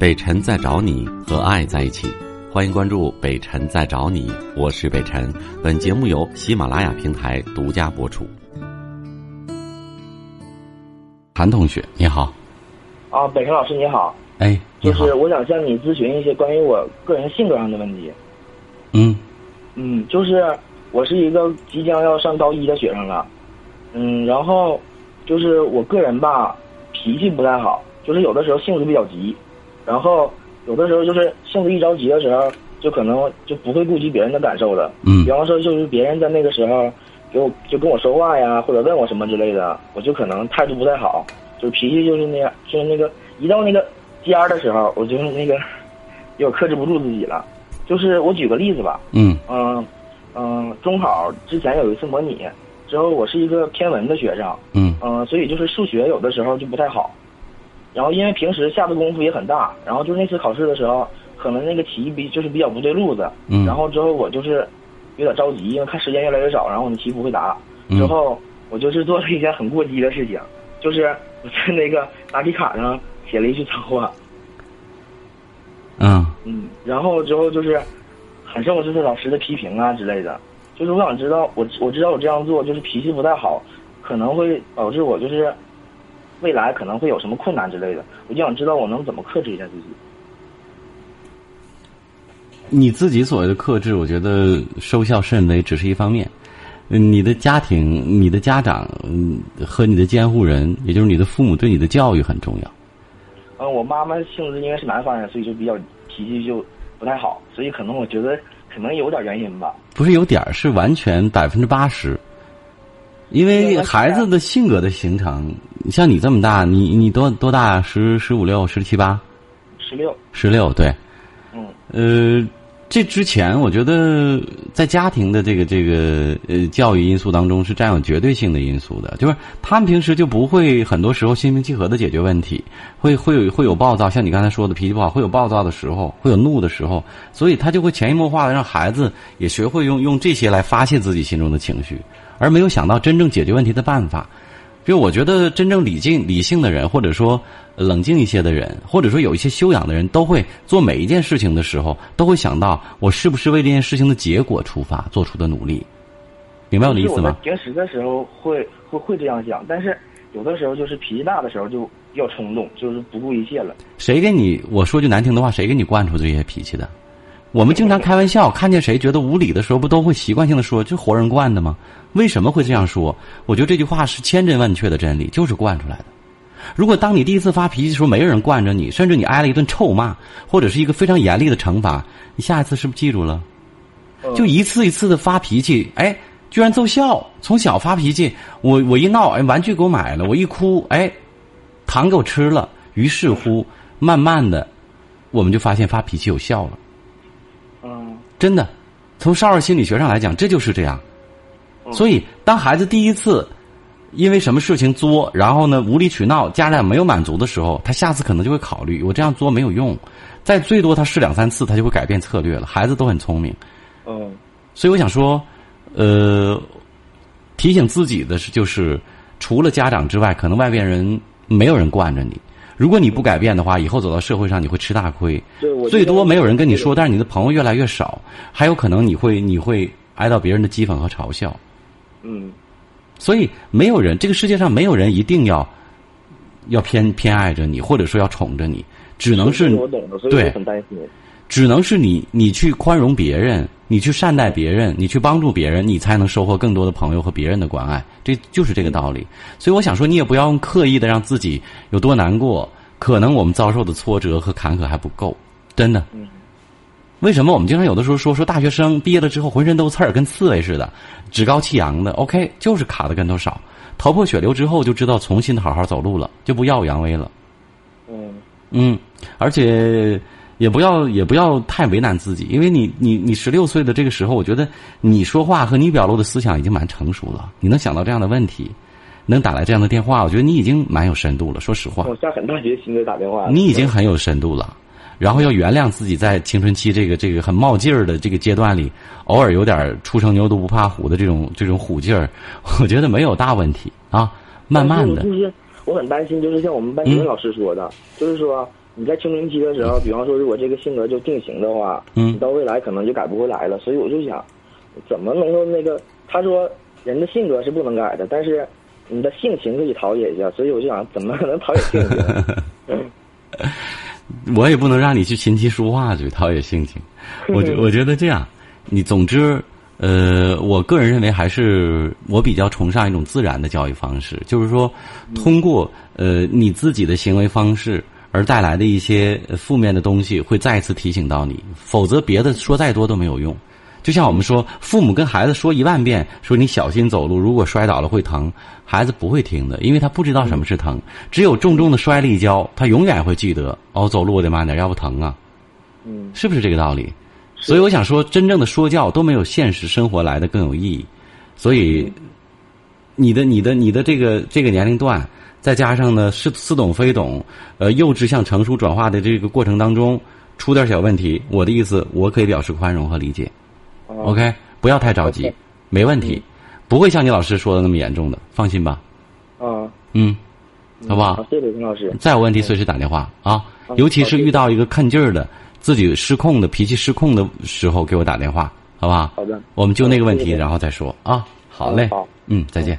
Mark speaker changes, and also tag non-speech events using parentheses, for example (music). Speaker 1: 北辰在找你和爱在一起。欢迎关注北辰在找你，我是北辰。本节目由喜马拉雅平台独家播出。韩同学，你好，
Speaker 2: 啊，本身老师你好，
Speaker 1: 哎，你
Speaker 2: 就
Speaker 1: 好，
Speaker 2: 是我想向你咨询一些关于我个人性格上的问题。
Speaker 1: 嗯
Speaker 2: 嗯，就是我是一个即将要上高一的学生了，嗯，然后就是我个人吧，脾气不太好，就是有的时候性子比较急，然后有的时候就是性子一着急的时候，就可能就不会顾及别人的感受了。
Speaker 1: 嗯
Speaker 2: 比方说，就是别人在那个时候给我就跟我说话呀，或者问我什么之类的，我就可能态度不太好，就脾气就是那样，就是那个一到那个尖儿的时候，我就是那个有点克制不住自己了。就是我举个例子吧，
Speaker 1: 嗯
Speaker 2: 嗯嗯，中考之前有一次模拟，之后我是一个偏文的学生，
Speaker 1: 嗯
Speaker 2: 嗯，所以就是数学有的时候就不太好，然后因为平时下的功夫也很大，然后就是那次考试的时候，可能那个题比就是比较不对路子，
Speaker 1: 嗯，
Speaker 2: 然后之后我就是有点着急，因为看时间越来越少，然后我们题不会答，
Speaker 1: 嗯
Speaker 2: 之后我就是做了一件很过激的事情，就是我在那个答题卡上写了一句脏话，
Speaker 1: 嗯
Speaker 2: 嗯，然后之后就是很受就是老师的批评啊之类的，就是我想知道，我我知道我这样做就是脾气不太好，可能会导致我就是未来可能会有什么困难之类的，我就想知道我能怎么克制一下自己。
Speaker 1: 你自己所谓的克制，我觉得收效甚微只是一方面。嗯，你的家庭、你的家长嗯和你的监护人，也就是你的父母对你的教育很重要。
Speaker 2: 嗯，我妈妈性子因为是南方人，所以就比较脾气就不太好，所以可能我觉得可能有点原因吧。
Speaker 1: 不是有点儿，是完全百分之八十。因为孩子的性格的形成，像你这么大，你你多多大？十十五六、十七八、
Speaker 2: 十六，
Speaker 1: 十六，对。
Speaker 2: 嗯
Speaker 1: 呃，这之前我觉得在家庭的这个这个呃教育因素当中是占有绝对性的因素的，就是他们平时就不会很多时候心平气和的解决问题，会会有会有暴躁，像你刚才说的脾气不好，会有暴躁的时候，会有怒的时候，所以他就会潜移默化的让孩子也学会用用这些来发泄自己心中的情绪，而没有想到真正解决问题的办法。就我觉得，真正理性理性的人，或者说呃冷静一些的人，或者说有一些修养的人，都会做每一件事情的时候，都会想到我是不是为这件事情的结果出发做出的努力，明白我的意
Speaker 2: 就是
Speaker 1: 思
Speaker 2: 我在
Speaker 1: 吗？
Speaker 2: 平时的时候会会会这样想，但是有的时候就是脾气大的时候就比较冲动，就是不顾一切了。
Speaker 1: 谁给你我说句难听的话，谁给你惯出这些脾气的？我们经常开玩笑，看见谁觉得无理的时候，不都会习惯性的说这活人惯的吗？为什么会这样说？我觉得这句话是千真万确的真理，就是惯出来的。如果当你第一次发脾气的时候，没有人惯着你，甚至你挨了一顿臭骂，或者是一个非常严厉的惩罚，你下一次是不是记住了？
Speaker 2: 嗯
Speaker 1: 就一次一次的发脾气，哎，居然奏效。从小发脾气，我我一闹，哎，玩具给我买了；我一哭，哎，糖给我吃了。于是乎，慢慢的，我们就发现发脾气有效了。
Speaker 2: 嗯
Speaker 1: 真的，从少儿心理学上来讲，这就是这样。所以，当孩子第一次因为什么事情作，然后呢无理取闹，家长没有满足的时候，他下次可能就会考虑，我这样作没有用。再最多他试两三次，他就会改变策略了。孩子都很聪明。
Speaker 2: 嗯
Speaker 1: 所以我想说，呃，提醒自己的是，就是除了家长之外，可能外边人没有人惯着你。如果你不改变的话，以后走到社会上你会吃大亏
Speaker 2: 对我觉。得
Speaker 1: 最多没有人跟你说，
Speaker 2: 这个
Speaker 1: 但是你的朋友越来越少，还有可能你会你会挨到别人的讥讽和嘲笑。
Speaker 2: 嗯
Speaker 1: 所以没有人，这个世界上没有人一定要要偏偏爱着你，或者说要宠着你，只能是
Speaker 2: 这个我懂的，所以
Speaker 1: 对
Speaker 2: 我很担心。
Speaker 1: 只能是你，你去宽容别人，你去善待别人，你去帮助别人，你才能收获更多的朋友和别人的关爱。这就是这个道理。所以我想说，你也不要用刻意的让自己有多难过，可能我们遭受的挫折和坎坷还不够，真的。
Speaker 2: 嗯
Speaker 1: 为什么我们经常有的时候说说大学生毕业了之后浑身都刺儿，跟刺猬似的，趾高气扬的？OK，就是卡的跟头少，头破血流之后就知道重新的好好走路了，就不耀武扬威了。
Speaker 2: 嗯
Speaker 1: 嗯，而且也不要也不要太为难自己，因为你你你十六岁的这个时候，我觉得你说话和你表露的思想已经蛮成熟了，你能想到这样的问题，能打来这样的电话，我觉得你已经蛮有深度了。说实话，
Speaker 2: 我下很大决心的打电话。
Speaker 1: 你已经很有深度了。然后要原谅自己在青春期这个这个很冒劲儿的这个阶段里，偶尔有点儿初生牛犊不怕虎的这种这种虎劲儿，我觉得没有大问题啊。慢慢嗯
Speaker 2: 但
Speaker 1: 的
Speaker 2: 嗯是，我就是我很担心，就是像我们班主任老师说的，就是说你在青春期的时候，比方说如果这个性格就定型的话，
Speaker 1: 嗯
Speaker 2: 你到未来可能就改不回来了。所以我就想，怎么能够那个？他说人的性格是不能改的，但是你的性情可以陶冶一下。所以我就想，怎么可能陶冶性情？
Speaker 1: (laughs) 我也不能让你去琴棋书画去陶冶性情。我觉我觉得这样，你总之，呃，我个人认为还是我比较崇尚一种自然的教育方式，就是说，通过呃你自己的行为方式而带来的一些呃负面的东西，会再次提醒到你，否则别的说再多都没有用。就像我们说，父母跟孩子说一万遍，说你小心走路，如果摔倒了会疼，孩子不会听的，因为他不知道什么是疼。只有重重的摔了一跤，他永远会记得哦，走路我得慢点，要不疼啊，
Speaker 2: 嗯，
Speaker 1: 是不是这个道理？所以我想说，真正的说教都没有现实生活来的更有意义。所以，你的、你的、你的这个这个年龄段，再加上呢是似懂非懂，呃，幼稚向成熟转化的这个过程当中，出点小问题，我的意思，我可以表示宽容和理解。
Speaker 2: 啊
Speaker 1: OK，不要太着急
Speaker 2: OK，
Speaker 1: 没问题，不会像你老师说的那么严重的，放心吧。
Speaker 2: 啊，
Speaker 1: 嗯，好不好？
Speaker 2: 谢谢陈老师。
Speaker 1: 再有问题随时打电话啊，
Speaker 2: 好
Speaker 1: 尤其
Speaker 2: 好
Speaker 1: 是
Speaker 2: 谢
Speaker 1: 遇
Speaker 2: 谢
Speaker 1: 到一个看劲儿的、自己失控的、脾气失控的时候，给我打电话，好不好？
Speaker 2: 好的
Speaker 1: 我们就那个问
Speaker 2: 嗯谢
Speaker 1: 题，
Speaker 2: 谢
Speaker 1: 然后再说啊。好嘞，
Speaker 2: 好
Speaker 1: 嗯，再见。